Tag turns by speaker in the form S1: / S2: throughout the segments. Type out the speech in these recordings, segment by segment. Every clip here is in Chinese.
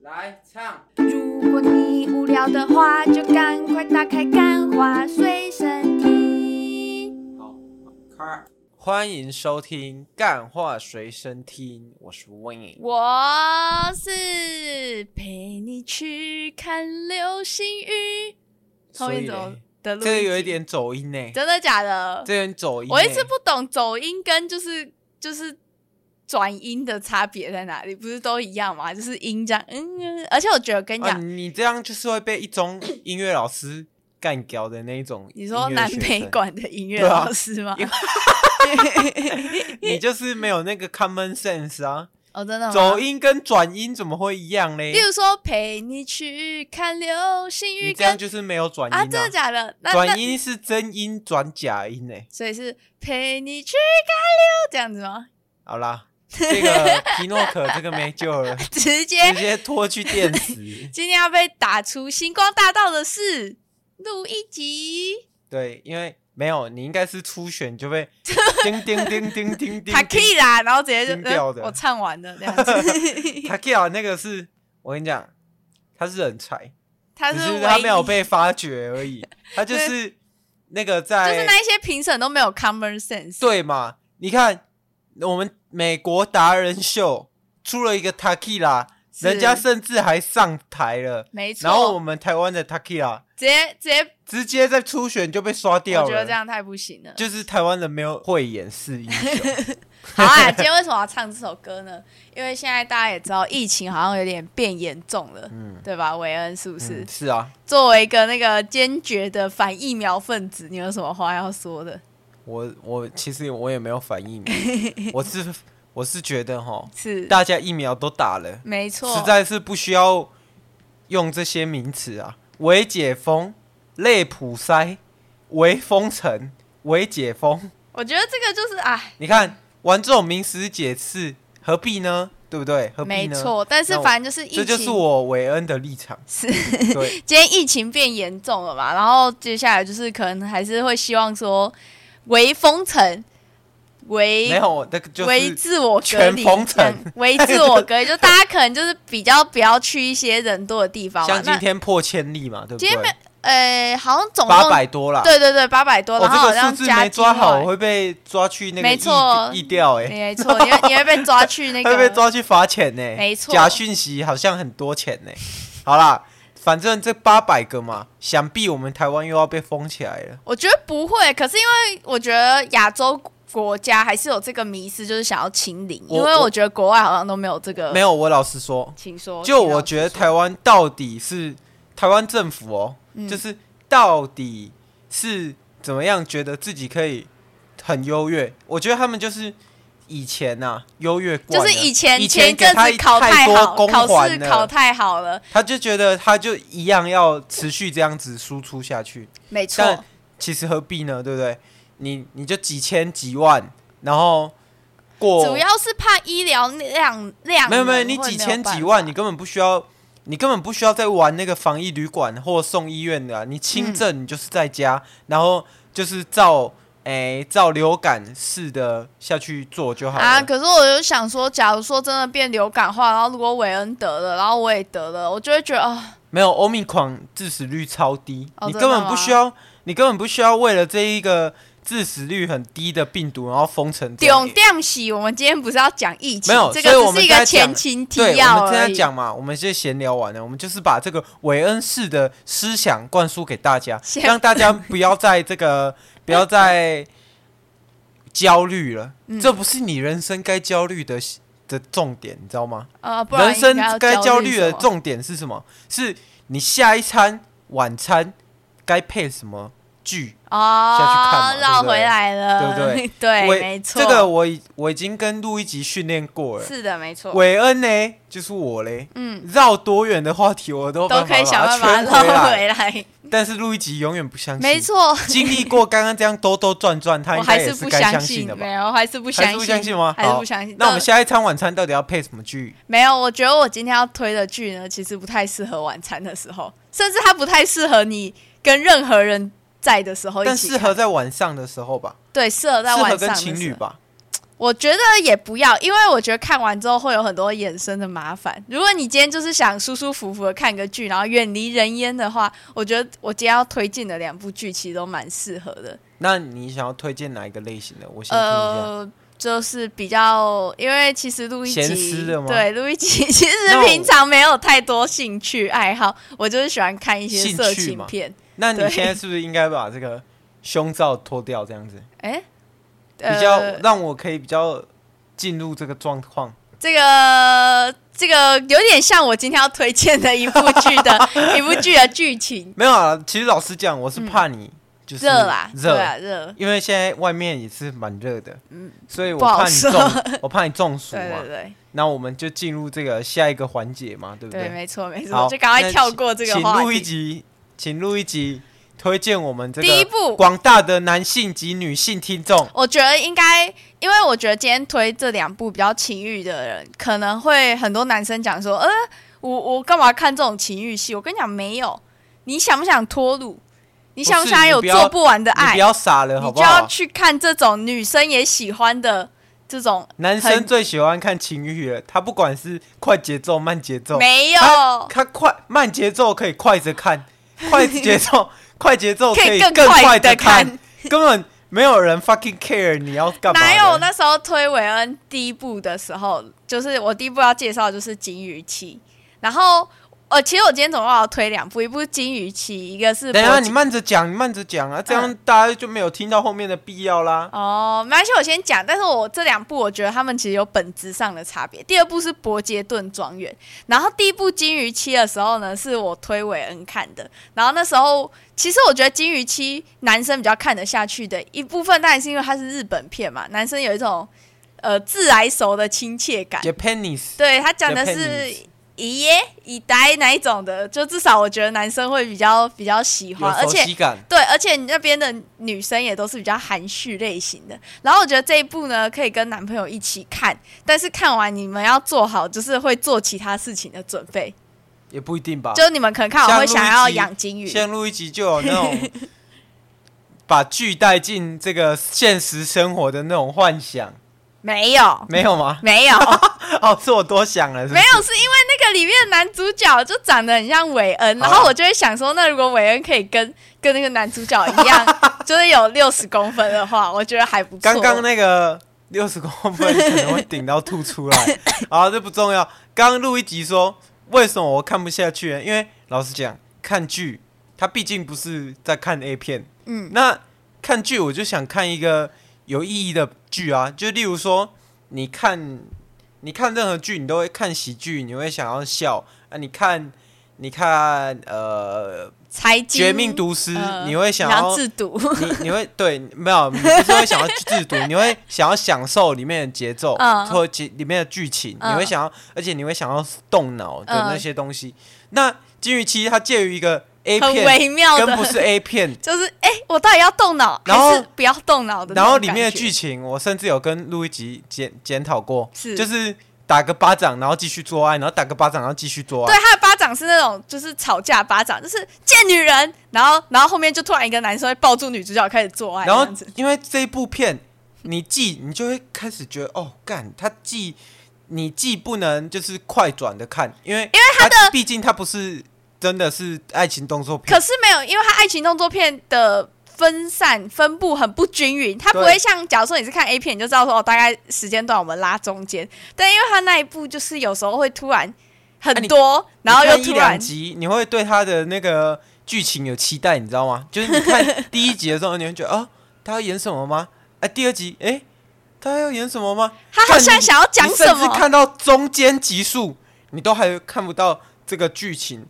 S1: 来唱，
S2: 如果你无聊的话，就赶快打开《干花随身听》。
S1: 好，开。
S3: 欢迎收听《干话随身听》，我是 Win。
S2: 我是陪你去看流星雨。后
S3: 所
S2: 面
S3: 以
S2: 怎么
S3: 嘞
S2: 的录
S3: 这个
S2: 音
S3: 有一点走音呢，
S2: 真的假的？
S3: 这有点走音呢。
S2: 我一直不懂走音跟就是就是转音的差别在哪里，不是都一样吗？就是音这样，嗯，嗯而且我觉得我跟你
S3: 啊，
S2: 讲，
S3: 你这样就是会被一中音乐老师干掉的那一种。
S2: 你说南北，管的音乐
S3: 对啊
S2: 老师吗？
S3: 因 你就是没有那个 common sense 啊！
S2: 哦，真的吗？
S3: 走音跟转音怎么会一样嘞
S2: 例？如说陪你去看流星雨
S3: 你这
S2: 跟
S3: 样就是没有转音
S2: 啊，真的假的？那
S3: 转
S2: 那
S3: 音是真音转假音呢。
S2: 所以是陪你去看流这样子吗？
S3: 好啦，这个皮诺可这个没救 了，
S2: 直接
S3: 直接拖去电 死。
S2: 今天要被打出星光大道的是录一集，
S3: 对，因为没有你应该是初选就 被叮叮叮叮叮叮，
S2: 他 key 啦，然后直接就呃
S3: 音调的
S2: 我唱完了这样 子。
S3: 塔 K 啊，那个是我跟你讲，他是人才，
S2: 他
S3: 只
S2: 是
S3: 是
S2: 唯
S3: 他没有
S2: 一
S3: 被发掘而 已，他就是那个
S2: 就
S3: 在
S2: 是那一些评审都没有 common sense。
S3: 哎对嘛？你看我们美国达人秀出了一个塔 K 啦，
S2: 是
S3: 人家甚至还上台了，
S2: 没错。
S3: 然后我们台湾的塔 K 啦，
S2: 直接直接，
S3: 直接在初选就被刷掉
S2: 我
S3: 了，
S2: 觉得这样太不行了。
S3: 就是台湾人没有慧眼识英 雄。
S2: 好啊，今天为什么要唱这首歌呢？因为现在大家也知道疫情好像有点变严重了，
S3: 嗯
S2: 对吧？韦恩是不是、
S3: 嗯是啊，
S2: 作为一个那个坚决的反疫苗分子，你有什么话要说的？
S3: 我我其实我也没有反 疫苗，我是我是觉得哈，
S2: 是，
S3: 大家疫苗都打了，
S2: 没错，
S3: 实在是不需要用这些名词啊，伪解封、类普筛、伪封城、伪解封，
S2: 我觉得这个就是哎，
S3: 你看玩这种名词解释何必呢？对不对？何必
S2: 没
S3: 呢？
S2: 错。但是
S3: 那我
S2: 反正就是疫
S3: 这
S2: 情，
S3: 就是我韦恩的立场。
S2: 是
S3: 对，
S2: 今天疫情变严重了嘛，然后接下来就是可能还是会希望说，为封城，为
S3: 没有那个就
S2: 为
S3: 是
S2: 自我隔离，
S3: 全封城
S2: 嗯为自我 隔离，就大家可能就是比较不要去一些人多的地方嘛。
S3: 像今
S2: 那
S3: 天破千例嘛，对不
S2: 今天没
S3: 对？
S2: 呃，好像总
S3: 八
S2: 共
S3: 百多啦。
S2: 对对对八百多，
S3: 我、
S2: 然
S3: 这
S2: 后好
S3: 个数
S2: 像
S3: 字
S2: 加
S3: 没抓好，哦我
S2: 境外
S3: 会被抓去那个
S2: 没错
S3: 疫疫调哎，
S2: 没错，你会你会被抓去那 个
S3: 会被抓去罚钱呢、
S2: 没错
S3: 假讯息好像很多钱呢、好啦，反正这八百个嘛，想必我们台湾又要被封起来了。
S2: 我觉得不会，可是因为我觉得亚洲国家还是有这个迷思，就是想要清零，
S3: 我
S2: 因为
S3: 我
S2: 我觉得国外好像都没有这个。
S3: 没
S2: 有，
S3: 有，我老实说，
S2: 请说。
S3: 就
S2: 请老
S3: 我
S2: 师
S3: 觉得
S2: 说
S3: 台湾到底是台湾政府哦、
S2: 嗯
S3: 就是到底是怎么样觉得自己可以很优越？我觉得他们就是。以前呐、啊，优越惯
S2: 就
S3: 了
S2: 是以前
S3: 以
S2: 前
S3: 前
S2: 一
S3: 给
S2: 阵
S3: 他
S2: 子考
S3: 太多
S2: 好，
S3: 光
S2: 考试
S3: 环了
S2: 考太好了，
S3: 他就觉得他就一样要持续这样子输出下去，
S2: 没错
S3: 但，其实何必呢？对不对？你你就几千几万，然后过
S2: 主要是怕医疗量量
S3: 没有没有，
S2: 能
S3: 你
S2: 会
S3: 几
S2: 没有
S3: 千
S2: 办
S3: 几
S2: 法
S3: 万，你根本不需要，你根本不需要再玩那个防疫旅馆或送医院的啊、你
S2: 嗯
S3: 轻症你就是在家，然后就是照诶、照流感式的下去做就好了。
S2: 啊！可是我就想说，假如说真的变流感化，然后如果韦恩得了，然后我也得了，我就会觉得啊、
S3: 没有欧米狂致死率超低，
S2: 哦
S3: 你
S2: 真的
S3: 根本不需
S2: 吗
S3: 要，你根本不需要为了这一个致死率很低的病毒，然后封城这样。
S2: 顶掉喜。我们今天不是要讲疫
S3: 没
S2: 情，
S3: 有
S2: 这
S3: 所以
S2: 个
S3: 我
S2: 只
S3: 们
S2: 是一
S3: 现
S2: 个
S3: 在讲
S2: 前情提
S3: 对，我
S2: 要
S3: 们
S2: 而
S3: 现在
S2: 已。
S3: 讲嘛，我们现在闲聊完了，我们就是把这个韦恩式的思想灌输给大家
S2: 行，
S3: 让大家不要在这 个不要再焦虑了，
S2: 嗯
S3: 这不是你人生该焦虑的的重点，你知道吗？
S2: 呃，不然
S3: 人生该
S2: 焦
S3: 焦虑的
S2: 什么
S3: 重点是什么？是你下一餐晚餐该配什么剧？
S2: 哦，
S3: 下去看嘛对
S2: 绕
S3: 不对
S2: 回来了，
S3: 对不对？
S2: 对，
S3: 韦
S2: 没错，
S3: 这个我已我已经跟录一集训练过了。
S2: 是的，没错。
S3: 韦恩呢，就是我嘞，
S2: 嗯，
S3: 绕多远的话题我都有
S2: 都
S3: 办
S2: 可以想
S3: 法
S2: 办
S3: 把
S2: 法
S3: 它圈回
S2: 绕
S3: 来，
S2: 回来，
S3: 但是录一集永远不相信。
S2: 没，错。
S3: 经历过刚刚这样兜兜转转，他
S2: 我
S3: 应该
S2: 还
S3: 也
S2: 不
S3: 该
S2: 相
S3: 相的吧
S2: 没？有，我还是不相
S3: 还是不相信吗
S2: 还是不
S3: 好
S2: 相信。
S3: 那我们
S2: 但
S3: 下一餐晚餐到底要配什么剧？
S2: 没有，我觉得我今天要推的剧呢，其实不太适合晚餐的时候，甚至它不太适合你跟任何人在的时候一
S3: 但
S2: 起
S3: 适
S2: 看。
S3: 合在晚上的时候吧，
S2: 对适合在
S3: 适
S2: 晚
S3: 合
S2: 上
S3: 跟
S2: 的
S3: 情
S2: 时
S3: 侣
S2: 候。
S3: 吧。
S2: 我觉得也不要，因为我觉得看完之后会有很多衍生的麻烦。如果你今天就是想舒舒服服的看个剧，然后远离人烟的话，我觉得我今天要推荐的两部剧其实都蛮适合的。
S3: 那你想要推荐哪一个类型的？我先听一下。
S2: 呃，就是比较，因为其实录一
S3: 闲思
S2: 集
S3: 的吗，
S2: 对，录一集其实
S3: 那我
S2: 平常没有太多兴趣爱好，我就是喜欢看一些
S3: 兴
S2: 色
S3: 趣
S2: 情
S3: 嘛
S2: 片。
S3: 那你
S2: 对
S3: 现在是不是应该把这个胸罩脱掉，这样子
S2: 哎、
S3: 比较
S2: 呃
S3: 让我可以比较进入这个状况？
S2: 这个这个有点像我今天要推荐的一部剧 的一部剧的剧情，
S3: 没有啊，其实老实讲，我是怕你就是
S2: 嗯热啦，对
S3: 热，
S2: 啊，热，
S3: 因为现在外面也是蛮热的，所以我
S2: 嗯不好
S3: 怕你
S2: 说
S3: 中， 我怕你中暑啊
S2: 对
S3: 嘛
S2: 对。对
S3: 那我们就进入这个下一个环节嘛，对不
S2: 对，没错没
S3: 好
S2: 错，就赶快
S3: 那
S2: 跳过这个
S3: 请
S2: 话
S3: 录一
S2: 题。
S3: 集，请录一集，推荐我们这
S2: 第一
S3: 个
S2: 部，
S3: 广大的男性及女性听众。
S2: 我觉得应该，因为我觉得今天推这两部比较情欲的人，可能会很多男生讲说，呃，我我干嘛看这种情欲戏？我跟你讲，没有。你想不想脱乳？你想
S3: 不是
S2: 想有
S3: 你不要
S2: 做不完的
S3: 你
S2: 爱
S3: 不？要傻了，好
S2: 你
S3: 不
S2: 就要
S3: 好？
S2: 去看这种女生也喜欢的这种，
S3: 男生
S2: 很
S3: 最喜欢看情欲了，他不管是快节奏、慢节奏，
S2: 没
S3: 他
S2: 有。
S3: 他快慢节奏可以快着 看，快节奏快节奏
S2: 可以
S3: 以
S2: 更
S3: 更
S2: 快
S3: 的
S2: 地看
S3: 看，根本没有人 fucking care 你要干嘛的。
S2: 哪有那时候推韦恩第一部的时候，就是我第一部要介绍的就是《金鱼期》，然后呃，其实我今天总共要推两部，一部是《金鱼期》，一个是《嗯
S3: 等一
S2: 搏
S3: 下，
S2: 击
S3: 你慢着讲，你慢着讲啊，这样大家就没有听到后面的必要啦。
S2: 哦，没关系，我先讲。但是我这两部，我觉得他们其实有本质上的差别。第二部是《伯杰顿庄园》，然后第一部《金鱼期》的时候呢，是我推韦恩看的。然后那时候，其实我觉得《金鱼期》男生比较看得下去的一部分，当然是因为它是日本片嘛，男生有一种呃自来熟的亲切感。
S3: Japanese，
S2: 对他讲的是
S3: Japanese
S2: 以耶以呆哪一种的，就至少我觉得男生会比较比较喜欢，
S3: 有
S2: 而
S3: 熟
S2: 且
S3: 悉感，
S2: 对，而且你那边的女生也都是比较含蓄类型的。然后我觉得这一部呢，可以跟男朋友一起看，但是看完你们要做好就是会做其他事情的准备，
S3: 也不一定吧。
S2: 就是你们可能看完会想要养金鱼。
S3: 像录一集就有那 种把剧带进这个现实生活的那种幻想，
S2: 没有，
S3: 没有 吗？
S2: 没有，
S3: 哦，是我多想了，是不
S2: 没
S3: 是
S2: 有，是因为那个里面的男主角就长得很像韦恩，
S3: 好
S2: 然后我就会想说，那如果韦恩可以跟跟那个男主角一样， 就是有六十公分的话，我觉得还不错。
S3: 刚刚那个六十公分可能会顶到吐出 来，好，这不重要。刚刚录一集说为什么我看不下去呢？因为老实讲，看剧它毕竟不是在看 A 片，
S2: 嗯，
S3: 那看剧我就想看一个有意义的剧啊，就例如说你看你看任何剧，你都会看喜剧，你会想要笑啊，你看。你看，呃，
S2: 财
S3: 《
S2: 经
S3: 绝命毒师》
S2: 呃
S3: 你会想
S2: 然后
S3: 要
S2: 制毒，
S3: 你你会对没有，你不是会想要制毒，你会想要享受里面的节奏
S2: 嗯
S3: 或节里面的剧情，
S2: 嗯
S3: 你会想要，而且你会想要动脑的那些东西。那金鱼期它介于一个 A
S2: 很
S3: 片
S2: 微妙 的，
S3: 跟不是 A 片，
S2: 就是哎、诶我到底要动脑
S3: 然后
S2: 还是不要动脑的那
S3: 然
S2: 种感觉？
S3: 后里面的剧情我甚至有跟录一集检检讨过，
S2: 是
S3: 就是打个巴掌，然后继续做爱，然后打个巴掌，然后继续做
S2: 对
S3: 爱。
S2: 他的巴掌是那种就是吵架巴掌，就是贱女人，然后然后后面就突然一个男生会抱住女主角开始做爱，
S3: 然后
S2: 这样子
S3: 因为这一部片，你既你就会开始觉得哦，干，它既你既不能就是快转的看，因为因为它的毕竟它不是真的是爱情动作片
S2: 可，是没有，因为他爱情动作片的。分散分布很不均匀，他不
S3: 对
S2: 会像，假如说你是看 A 片，你就知道说哦，大概时间段我们拉中间。但因为他那一部就是有时候会突然很
S3: 啊你
S2: 多，然后
S3: 你
S2: 又
S3: 看
S2: 突
S3: 一两
S2: 然
S3: 集，你会对它的那个剧情有期待，你知道吗？就是你看第一集的时候，你会觉得哦，他要演什么吗？哎、第二集，哎、他要演什么吗？
S2: 他好像想要讲
S3: 你
S2: 什
S3: 甚至
S2: 么，
S3: 看到中间集数，你都还看不到这个剧情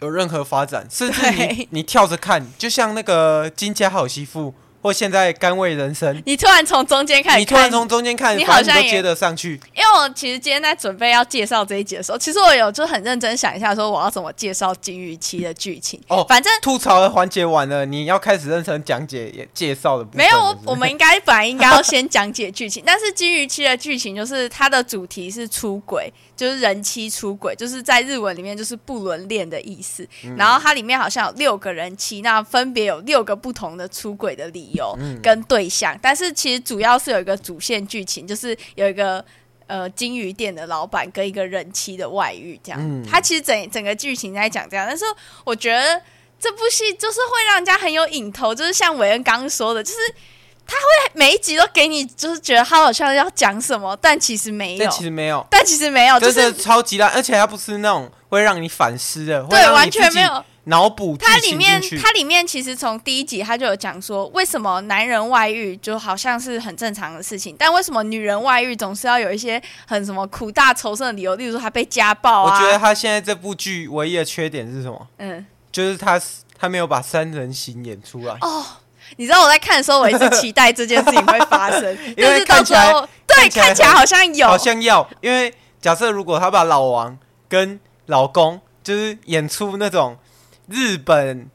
S3: 有任何发展，甚至你
S2: 对
S3: 你跳着看，就像那个《金家好媳妇》或现在《甘为人生》，
S2: 你突然从中间开始看，
S3: 你突然从中间看，
S2: 你
S3: 反正
S2: 好像
S3: 你都
S2: 也
S3: 接得上去。
S2: 因为我其实今天在准备要介绍这一集的时候，其实我有就很认真想一下，说我要怎么介绍金鱼期的剧情。
S3: 哦
S2: 反正
S3: 吐槽的环节完了，你要开始认真讲解也介绍的部分
S2: 没有，
S3: 了
S2: 我
S3: 是不是
S2: 我们应该 本来应该要先讲解剧情，但是金鱼期的剧情就是它的主题是出轨，就是人妻出轨，就是在日文里面就是不伦恋的意思。
S3: 嗯
S2: 然后它里面好像有六个人妻，那分别有六个不同的出轨的理由
S3: 嗯
S2: 跟对象，但是其实主要是有一个主线剧情，就是有一个。呃，金鱼店的老板跟一个人妻的外遇，这样，
S3: 嗯
S2: 它其实整整个剧情在讲这样，但是我觉得这部戏就是会让人家很有瘾头，就是像韦恩刚刚说的，就是他会每一集都给你，就是觉得他好像要讲什么，但其实没有
S3: 但，其实没有，
S2: 但其实没有，哦就
S3: 真
S2: 是
S3: 的超级烂，而且它不是那种会让你反思的，会
S2: 对，
S3: 让
S2: 完
S3: 你自
S2: 全
S3: 己
S2: 没有。
S3: 脑补剧
S2: 它里
S3: 情
S2: 面
S3: 进，去。
S2: 它里面其实从第一集他就有讲说，为什么男人外遇就好像是很正常的事情，但为什么女人外遇总是要有一些很什么苦大仇深的理由，例如说她被家暴
S3: 我
S2: 啊，
S3: 觉得他现在这部剧唯一的缺点是什么？
S2: 嗯，
S3: 就是他他没有把三人行演出
S2: 哦
S3: 来，
S2: 你知道我在看的时候，我一直期待这件事情会发生，
S3: 因
S2: 但
S3: 为
S2: 是到
S3: 看起
S2: 最
S3: 来
S2: 后，对，
S3: 看起来
S2: 看起来好像有，
S3: 好像要，因为假设如果他把老王跟老公就是演出那种日本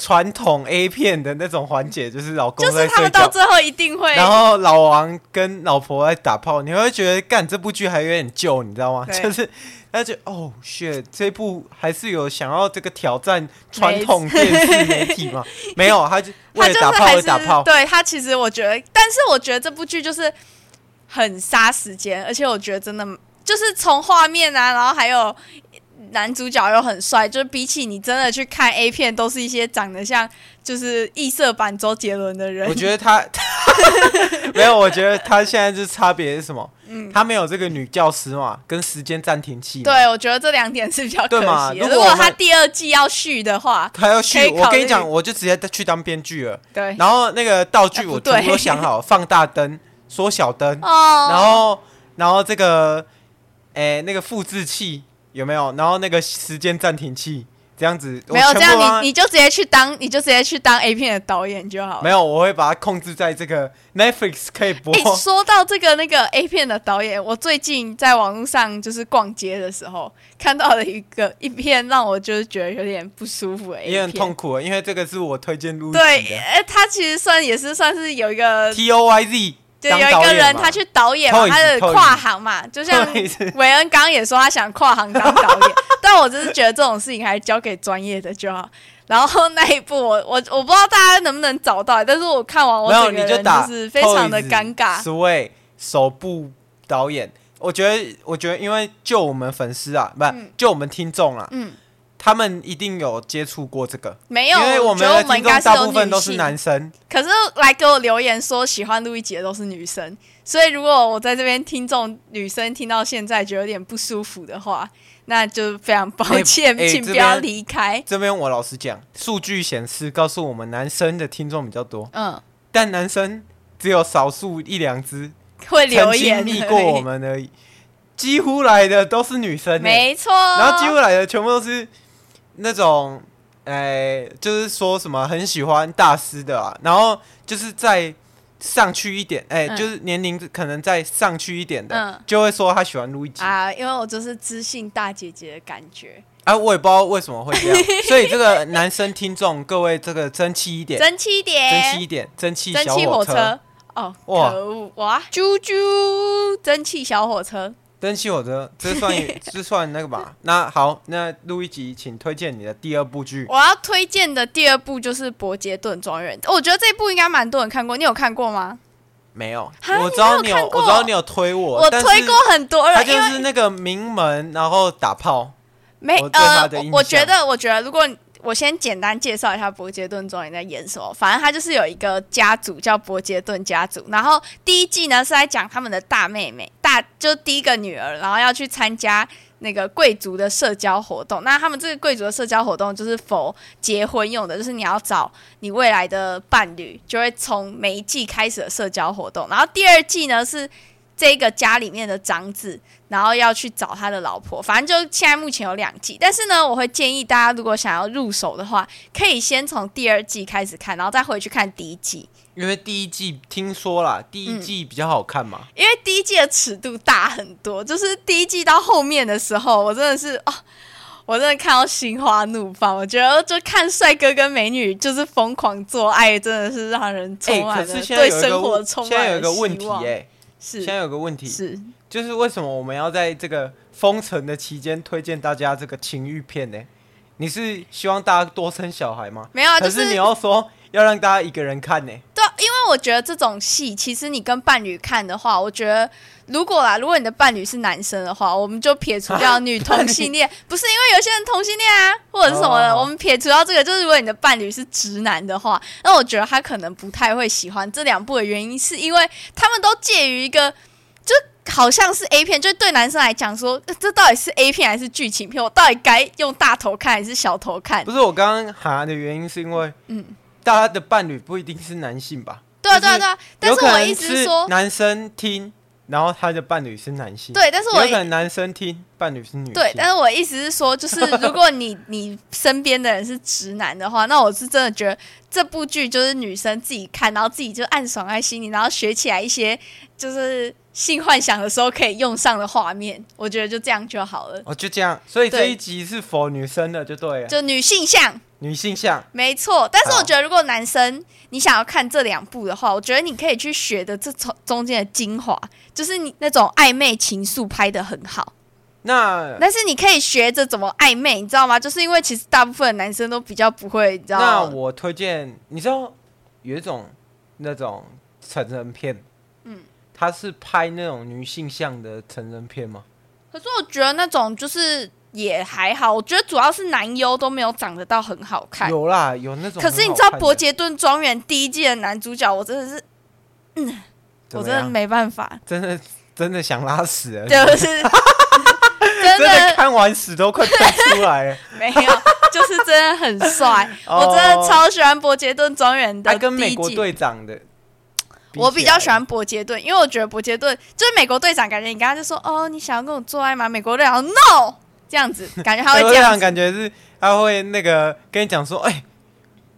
S3: 传统 A 片的那种环节，就是老公
S2: 就是
S3: 在
S2: 他
S3: 睡
S2: 们到
S3: 觉，
S2: 最后一定会，
S3: 然后老王跟老婆在打炮，你会觉得干这部剧还有点旧，你知道吗？
S2: 对
S3: 就是他就哦 shit，这部还是有想要这个挑战传统电视媒体吗？没有，他就
S2: 他
S3: 为
S2: 就
S3: 了打
S2: 是
S3: 炮
S2: 还
S3: 而
S2: 是
S3: 打炮，
S2: 对他其实我觉得，但是我觉得这部剧就是很杀时间，而且我觉得真的就是从画面啊，然后还有男主角又很帅，就是比起你真的去看 A 片，都是一些长得像就是异色版周杰伦的人
S3: 我。觉得他 没有，我觉得他现在是差别是什么？他没有这个女教师嘛，跟时间暂停器嘛，
S2: 嗯对，我觉得这两点是比较可
S3: 对嘛
S2: 惜的。
S3: 如
S2: 如
S3: 果
S2: 果
S3: 我们
S2: 他第二季要续的话，
S3: 还要
S2: 可
S3: 续。
S2: 以考
S3: 我跟你
S2: 虑
S3: 讲，我就直接去当编剧了。
S2: 对，
S3: 然后那个道具
S2: 哎不
S3: 我全部
S2: 对
S3: 都想好，放大灯、缩小灯，
S2: 哦，
S3: 然后然后这个诶、那个复制器有没有？然后那个时间暂停器这样子，我
S2: 没有
S3: 全
S2: 这
S3: 部啊帮
S2: 样，
S3: 他
S2: 你你就直接去当，你就直接去当 A 片的导演就好了。
S3: 没有，我会把它控制在这个 Netflix 可以播。
S2: 哎、说到这个那个 A 片的导演，我最近在网络上就是逛街的时候看到了一个一篇让我就是觉得有点不舒服的 A
S3: 也
S2: 片，
S3: 很痛苦啊，因为这个是我推荐录
S2: 对，哎、他其实算也是算是有一个，
S3: T O Y Z
S2: 就有一个人他去导演嘛，
S3: Toys，
S2: 他的
S3: Toys
S2: 跨行嘛，就像
S3: 对是
S2: 韦恩刚刚也说他想跨行当 导演，但我真是觉得这种事情还是交给专业的就好。然后那一部我我我不知道大家能不能找到，但是我看完我
S3: 没有
S2: 整个
S3: 你就
S2: 人
S3: 打
S2: 是非常的尴尬。
S3: Sway 首部导演，我觉得，我觉得，因为就我们粉丝啊，不、就我们听众啊，
S2: 嗯
S3: 他们一定有接触过这个，
S2: 没
S3: 因
S2: 有，
S3: 为
S2: 我
S3: 们
S2: 觉
S3: 的
S2: 得我
S3: 听
S2: 们应该
S3: 众
S2: 是
S3: 大
S2: 有
S3: 部分
S2: 女
S3: 都是
S2: 性
S3: 男生，
S2: 可是来给我留言说喜欢陆一杰都是女生，所以如果我在这边听众女生听到现在觉得有点不舒服的话，那就非常抱歉，
S3: 哎哎
S2: 请
S3: 这
S2: 不
S3: 边
S2: 要离开。
S3: 这边我老实讲，数据显示告诉我们男生的听众比较多，
S2: 嗯，
S3: 但男生只有少数一两只
S2: 会留
S3: 曾经
S2: 言
S3: 密过我们而已，几乎来的都是女生、欸，
S2: 没错。
S3: 然后几乎来的全部都是那种，哎、就是说什么很喜欢大师的啊，然后就是再上去一点，哎、
S2: 嗯
S3: 就是年龄可能再上去一点的，
S2: 嗯
S3: 就会说他喜欢路易吉啊
S2: 啊，因为我就是知性大姐姐的感觉，
S3: 我也不知道为什么会这 样，所以这个男生听众各位这个争气一 点，
S2: 争气一
S3: 争气
S2: 点
S3: 一，点，争气
S2: 蒸
S3: 小
S2: 汽
S3: 火
S2: 哎火
S3: 车，
S2: 车。哦，可
S3: 哇
S2: 恶哇！啾啾，蒸汽小火车。
S3: 争气火车，这算这算那个 吧？那好，那路易吉，请推荐你的第二部 剧。
S2: 我要推荐的第二部就是《伯杰顿庄园》，哦我觉得这部应该蛮多人看过，你有看过吗？
S3: 没有，
S2: 哈
S3: 我
S2: 你
S3: 知道
S2: 没有
S3: 你有，
S2: 看
S3: 我
S2: 过
S3: 知道你有推我，
S2: 我
S3: 但
S2: 推
S3: 是
S2: 过很多
S3: 他
S2: 人，
S3: 就
S2: 因为
S3: 是那个名门，然后打炮。
S2: 没
S3: 我对他
S2: 呃
S3: 的印，
S2: 我我
S3: 象
S2: 觉得，我觉得，如果我先简单介绍一下伯杰顿庄园在演什么，反正他就是有一个家族叫伯杰顿家族，然后第一季呢是在讲他们的大妹妹，大就第一个女儿，然后要去参加。那个贵族的社交活动，那他们这个贵族的社交活动就是否结婚用的，就是你要找你未来的伴侣，就会从每一季开始的社交活动。然后第二季呢是这个家里面的长子，然后要去找他的老婆。反正就现在目前有两季，但是呢，我会建议大家如果想要入手的话，可以先从第二季开始看，然后再回去看第一季，
S3: 因为第一季听说啦，第一季比较好看 嘛。
S2: 因为第一季的尺度大很多。就是第一季到后面的时候，我真的是哦。我真的看到心花怒放，我觉得就看帅哥跟美女就是疯狂做爱，真的是让人
S3: 哎、
S2: 充满
S3: 可
S2: 了
S3: 是现在
S2: 对
S3: 有一个
S2: 生活
S3: 问
S2: 充
S3: 现在
S2: 满
S3: 有一
S2: 了
S3: 个问
S2: 希
S3: 题
S2: 望
S3: 哎、
S2: 是
S3: 现在有个问题，
S2: 是，
S3: 就是为什么我们要在这个封城的期间推荐大家这个情欲片呢？你是希望大家多生小孩吗？
S2: 没有啊，就
S3: 可是你要说要让大家一个人看呢？
S2: 对啊，因为我觉得这种戏，其实你跟伴侣看的话，我觉得如果啦，如果你的伴侣是男生的话，我们就撇除掉女同性恋，不是因为有些人同性恋啊，或者是什么的，
S3: 哦
S2: 我们撇除掉这个，就是如果你的伴侣是直男的话，那我觉得他可能不太会喜欢这两部的原因，是因为他们都介于一个就。好像是 A 片，就对男生来讲说，呃这到底是 A 片还是剧情片？我到底该用大头看还是小头看
S3: 不？是我刚刚喊的原因是因为，
S2: 嗯
S3: 大家的伴侣不一定是男性吧？
S2: 对啊，
S3: 就
S2: 对啊，对啊。但
S3: 有
S2: 是
S3: 可
S2: 我
S3: 能
S2: 意思是说，
S3: 男生听，然后他的伴侣是男性。，
S2: 对，但是我
S3: 有可能男生听，伴侣是女性。
S2: 对，但是我意思是说，就是如果你你身边的人是直男的话，那我是真的觉得这部剧就是女生自己看，然后自己就暗爽在心里，然后学起来一些就是性幻想的时候可以用上的画面，我觉得就这样就好了。
S3: 哦，就这样，所以这
S2: 对
S3: 一集是否女生的就对了，
S2: 就女性向，
S3: 女性向。
S2: 没错。但是
S3: 好
S2: 我觉得，如果男生你想要看这两部的话，我觉得你可以去学的这从中间的精华，就是你那种暧昧情愫拍的很好。
S3: 那
S2: 但是你可以学着怎么暧昧，你知道吗？就是因为其实大部分的男生都比较不会，你知道
S3: 那我推荐，你知道有一种那种成人片，嗯，他是拍那种女性向的成人片吗？
S2: 可是我觉得那种就是也还好，我觉得主要是男优都没有长得到很好看。
S3: 有啦，有那种很好看的。
S2: 可是你知道《伯杰顿庄园》第一季的男主角，我真的是，
S3: 怎
S2: 我
S3: 么
S2: 真的
S3: 样
S2: 没办法，
S3: 真的真的想拉屎了，
S2: 就是
S3: 真
S2: 真
S3: 的
S2: 的
S3: 看完屎都快喷出来了。
S2: 没有，就是真的很帅，
S3: 哦
S2: 我真的超喜欢《伯杰顿庄园》的
S3: 他
S2: 第一季。
S3: 跟美国队长的，
S2: 我比较喜
S3: 比
S2: 欢伯杰顿，因为我觉得伯杰顿就是美国队长，感觉你刚刚就说哦，你想要跟我做爱吗？美国队长 no 这样子，感觉
S3: 起
S2: 他
S3: 来。美
S2: 会
S3: 国
S2: 这
S3: 队长
S2: 样子。
S3: 感觉是他会那个跟你讲说，哎、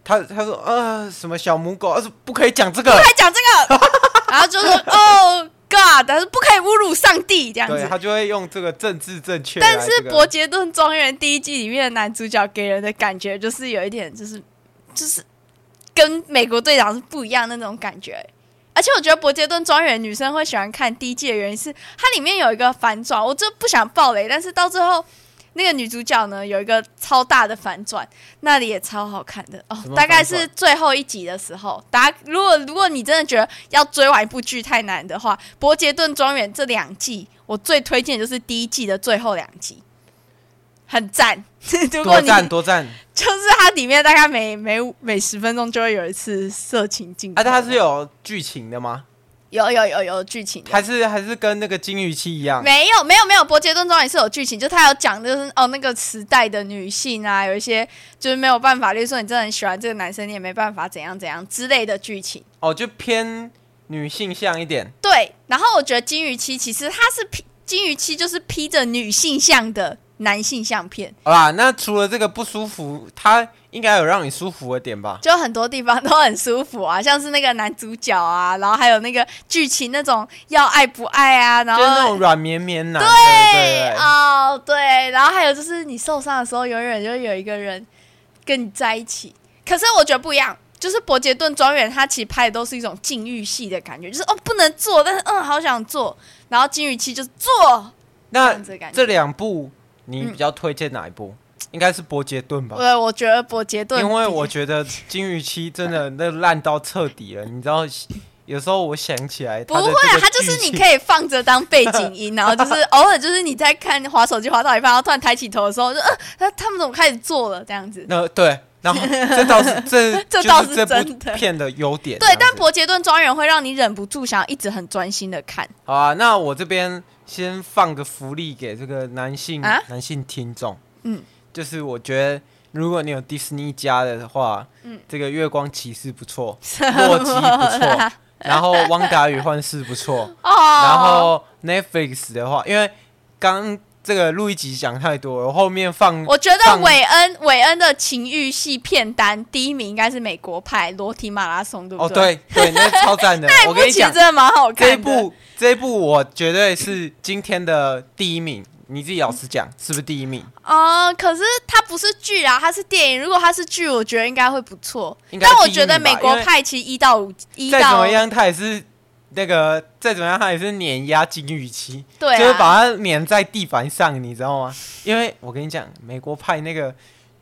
S3: 他他说呃什么小母狗，啊，说不可以讲这个，
S2: 还讲这个，然后就说哦 God，但是不可以侮辱上帝这样
S3: 对
S2: 子。
S3: 他就会用这个政治正确来
S2: 但
S3: 啊这个、
S2: 是伯杰顿庄园第一季里面的男主角给人的感觉就是有一点，就是就是跟美国队长是不一样的那种感觉。而且我觉得《伯杰顿庄园》女生会喜欢看第一季的原因是，它里面有一个反转，我这不想爆雷，但是到最后那个女主角呢有一个超大的反转，那里也超好看的哦
S3: 什。么
S2: 大概
S3: 反转
S2: 是最后一集的时候，大家如果如果你真的觉得要追完一部剧太难的话，《伯杰顿庄园》这两季我最推荐的就是第一季的最后两集，很赞。 如果
S3: 多
S2: 你
S3: 赞多赞
S2: 就是它里面大概每每每十分钟就会有一次色情镜头
S3: 啊！他是有剧情的吗？
S2: 有有有有剧情的。
S3: 还是还是跟那个金鱼期一样？
S2: 没有没有没有，伯杰顿庄园是有剧情，就他有讲就是哦那个时代的女性啊，有一些就是没有办法，例如说你真的很喜欢这个男生，你也没办法怎样怎样之类的剧情。
S3: 哦，就偏女性向一点。
S2: 对，然后我觉得金鱼期其实它是披金鱼期就是披着女性向的男性相片，
S3: 好啦，那除了这个不舒服，他应该有让你舒服的点吧？
S2: 就很多地方都很舒服啊，像是那个男主角啊，然后还有那个剧情那种要爱不爱啊，然
S3: 就是那
S2: 后
S3: 种软绵绵男的，对
S2: 对
S3: 对对
S2: 哦，对，然后还有就是你受伤的时候，永远就有一个人跟你在一起。可是我觉得不一样，就是伯杰顿庄园，它其实拍的都是一种禁欲系的感觉，就是哦不能做，但是嗯好想做，然后禁欲期就是做这
S3: 那
S2: 样子的感觉。嗯
S3: 这两部你比较推荐哪一部？应该是《伯杰顿》吧，
S2: 对，我觉得伯杰顿比，
S3: 因为我觉得金鱼期真的那烂到彻底了。你知道，有时候我想起来
S2: 不
S3: 的
S2: 会
S3: 这
S2: 啊，
S3: 个
S2: 它就是
S3: 剧
S2: 你
S3: 情
S2: 可以放着当背 景音，然后就是偶尔就是你在看滑手机滑到一半，然后突然抬起头的时候，就呃，他他们怎么开始做了这样子？
S3: 那对，然后这倒是这
S2: 这
S3: 就
S2: 倒
S3: 是这
S2: 是
S3: 部
S2: 真的
S3: 片的优点。
S2: 对，但
S3: 这样子
S2: 伯杰顿庄园会让你忍不住想要一直很专心的看。
S3: 好啊，那我这边先放个福利给这个男性、
S2: 啊
S3: 男性听众，
S2: 嗯，
S3: 就是我觉得如果你有迪士尼家的话，嗯，这个月光骑士不错，洛基不
S2: 啊
S3: 错，然后汪达与幻视不错，
S2: 哦，
S3: 然后 Netflix 的话，因为刚这个录一集讲太多了，我后面放
S2: 我觉得
S3: 放
S2: 韦恩韦恩的情欲系片单第一名应该是美国派裸体马拉松，对不
S3: 哦
S2: 对？哦，
S3: 对对，那超赞 的，我跟你
S2: 其实
S3: 讲
S2: 真，的蛮好
S3: 这
S2: 看的。
S3: 一部这一部我绝对是今天的第一名，你自己老实讲，是不是第一名？
S2: 哦，可是它不是剧啊，它是电影。如果它是剧，我觉得应该会不错。
S3: 应该
S2: 但我
S3: 第一
S2: 觉得
S3: 名吧
S2: 美国
S3: 因为
S2: 派其实一到五一
S3: 再怎
S2: 到
S3: 么样，他也是那个再怎么样，它也是碾压金鱼期，
S2: 对啊
S3: 就是把它碾在地板上，你知道 吗？因为我跟你讲，美国派那个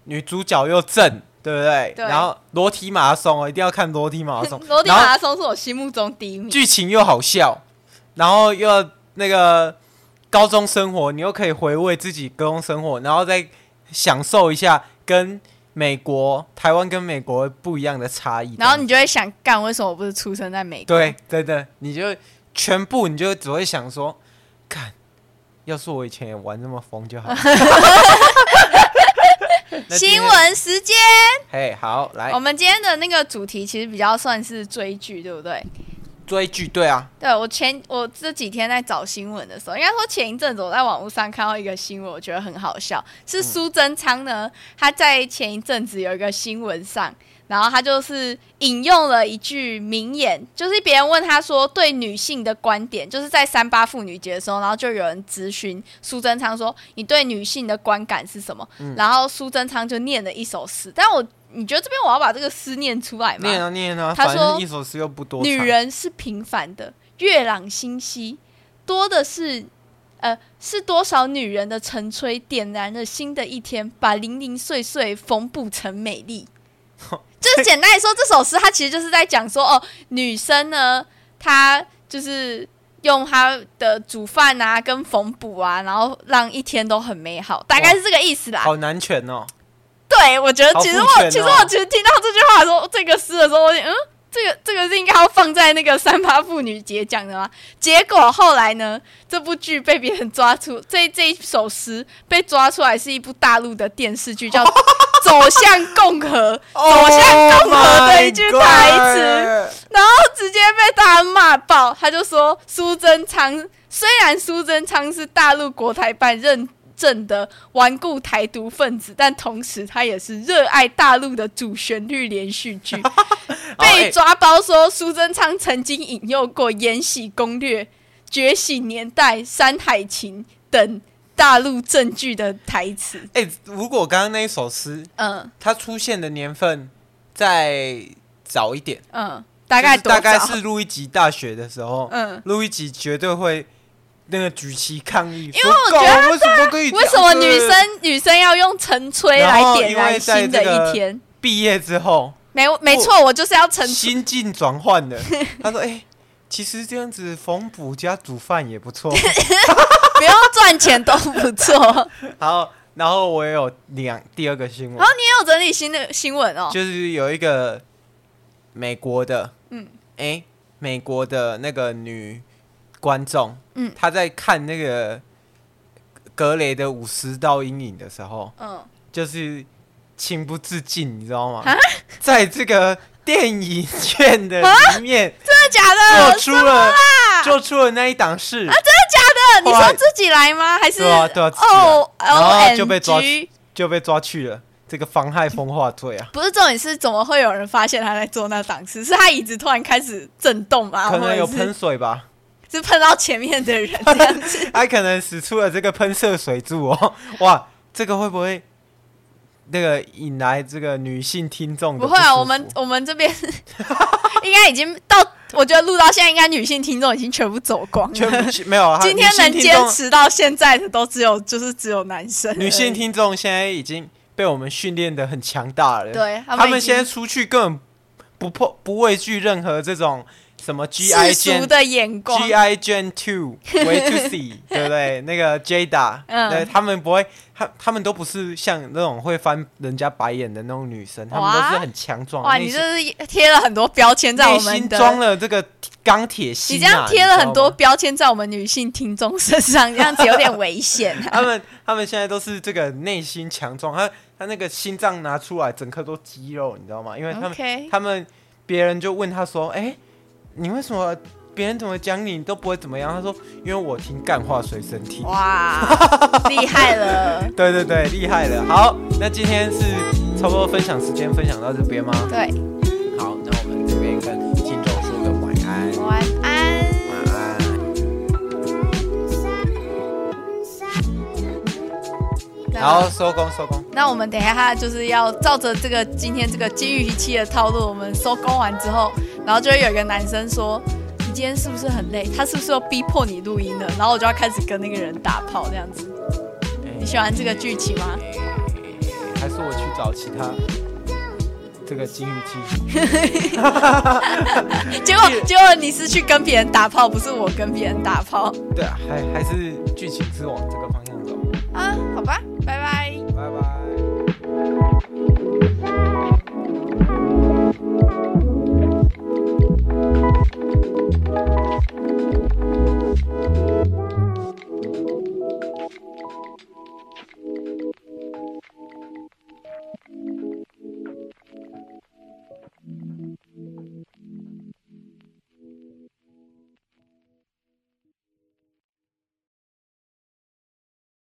S3: 女主角又正，对不对？
S2: 对
S3: 然后裸体马拉松哦，一定要看裸体马拉 松，
S2: 罗迪
S3: 然后
S2: 马拉松是我心目中第一名。
S3: 剧情又好笑，然后又要那个高中生活，你又可以回味自己高中生活，然后再享受一下跟美国、台湾跟美国不一样的差异。
S2: 然后你就会想，干为什么我不是出生在美国？
S3: 对对对，你就全部你就只会想说，看，要是我以前也玩这么疯就 好了。 那今天哎
S2: 新，闻哦时间，
S3: 嘿，好，来
S2: 我们今天的那个主题其实比较算是追剧，对不对？
S3: 追剧，对啊，
S2: 对我前我这几天在找新闻的时候，应该说前一阵子我在网络上看到一个新闻，我觉得很好笑，是苏贞昌呢，他在前一阵子有一个新闻上，然后他就是引用了一句名言，就是别人问他说对女性的观点，就是在三八妇女节的时候，然后就有人咨询苏贞昌说你对女性的观感是什么，然后苏贞昌就念了一首诗，但我你觉得这边我要把这个诗念出来吗？
S3: 念啊念啊，
S2: 哎他
S3: 反正
S2: 说
S3: 一首诗又不多长。
S2: 女人是平凡的，月朗星稀，多的是，呃，是多少女人的晨炊点燃了新的一天，把零零碎碎缝补成美丽。就是简单来说，这首诗它其实就是在讲说，哦，女生呢，她就是用她的煮饭啊，跟缝补啊，然后让一天都很美好，大概是这个意思啦。
S3: 好难全哦。
S2: 对，我觉得其实
S3: 好
S2: 我、
S3: 父权哦
S2: 其实我其实听到这句话的时候，这个诗的时候，我就嗯，这个这个是应该要放在那个三八妇女节讲的吗？结果后来呢，这部剧被别人抓出，这这一首诗被抓出来是一部大陆的电视剧，叫《走向共和》，走向共
S3: Oh
S2: 和的一句台词。
S3: 词。
S2: 然后直接被大家骂爆。他就说苏贞昌，虽然苏贞昌是大陆国台办认证的顽固台独分子，但同时他也是热爱大陆的主旋律连续 剧。
S3: 哦哎
S2: 被抓包说苏贞昌曾经引诱过《延禧攻略》《觉醒年代》《山海情》等大陆证据的台词。
S3: 哎、如果刚刚那一首诗，
S2: 嗯
S3: 它出现的年份再早一点，
S2: 嗯，大概
S3: 就是
S2: 多少？
S3: 大概是路易吉大学的时候，
S2: 嗯。
S3: 路易吉绝对会那个举旗抗议，因
S2: 为我觉啊
S3: 得为什么可以这样
S2: 为
S3: 子
S2: 什么女生女生要用晨炊来点燃新的一天？
S3: 毕业之后
S2: 没没错，我就是要晨炊。
S3: 心境转换的？他说：“哎、其实这样子缝补加煮饭也不 错。
S2: 不用赚钱都不 错。然”
S3: 然后，然后我也有两第二个新闻
S2: 后，你也有整理新的新闻哦，
S3: 就是有一个美国的，嗯，哎、美国的那个女观众，
S2: 嗯
S3: 她在看那个格雷的五十道阴影的时候，
S2: 嗯，
S3: 就是情不自禁，你知道吗？
S2: 啊
S3: 在这个电影院的
S2: 啊
S3: 里面，
S2: 真的假的？
S3: 做
S2: 真
S3: 出了做出了那一档事，
S2: 的？你
S3: 后
S2: 说
S3: 来
S2: 自己来吗？还啊是
S3: 对啊对啊自己来
S2: 哦，O
S3: 然
S2: M
S3: 后就被抓
S2: G，
S3: 就被抓去了。这个妨害风化罪 啊，
S2: 不是重点是怎么会有人发现他在做那档事？是他椅子突然开始震动吗？
S3: 可能有
S2: 或者
S3: 喷
S2: 哦是
S3: 水吧，
S2: 是碰到前面的人这样子？
S3: 他可能使出了这个喷射水柱哦， 哇，这个会不会那个引来这个女性听众的
S2: 不
S3: 不
S2: 会啊，
S3: 舒服
S2: 我们我们这边 应该已经到，我觉得录到现在，应该女性听众已经全部走光
S3: 全
S2: 了。
S3: 部没有啊？
S2: 今天能
S3: 女性听
S2: 坚
S3: 众
S2: 持到现在的，都只有就是只有男生而已。
S3: 女性听众现在已经被我们训练的很强大了，
S2: 对他
S3: 他
S2: 们已经
S3: 现在出去根本不破不畏惧任何这种什么 GI
S2: 世俗
S3: gen
S2: 的眼光，
S3: GI Gen Two Way to See，对不对？那个 Jada，
S2: 嗯
S3: 对，他们不会，他他们都不是像那种会翻人家白眼的那种女生，他们都
S2: 哇
S3: 是很强壮，
S2: 哇，
S3: 内
S2: 你
S3: 心
S2: 这是贴了很多标签在我
S3: 内
S2: 们
S3: 心
S2: 的，
S3: 装了这个钢铁心、啊，
S2: 你这样贴了很多
S3: 你知道吗。
S2: 标签在我们女性听众身上，这样子有点危险、 啊。
S3: 他们他们现在都是这个内心强壮，他他那个心脏拿出来，整颗都肌肉，你知道吗？因为他们
S2: OK，
S3: 他们别人就问他说：“哎、你为什么别人怎么讲你都不会怎么样？”他说：“因为我听干话随身听。”
S2: 哇，厉害了，
S3: 对对对，厉害了。好，那今天是差不多分享时间，分享到这边吗？
S2: 对，
S3: 好，那我们这边跟听众说个晚安，
S2: 晚
S3: 晚
S2: 安。
S3: 安。然后收工收工，
S2: 那我们等一下就是要照着这个今天这个金鱼期的套路，我们收工完之后，然后就会有一个男生说：“你今今天是不是很累？他是不是要逼迫你录音了？然后我就要开始跟那个人打炮这样子。你喜欢这个剧情 吗？
S3: 哎还是我去找其他这个金鱼姬？
S2: 结果结果你是去跟别人打炮，不是我跟别人打炮
S3: 对啊，还还是剧情是往这个方向走。
S2: 啊？好吧，拜拜。
S3: 拜拜。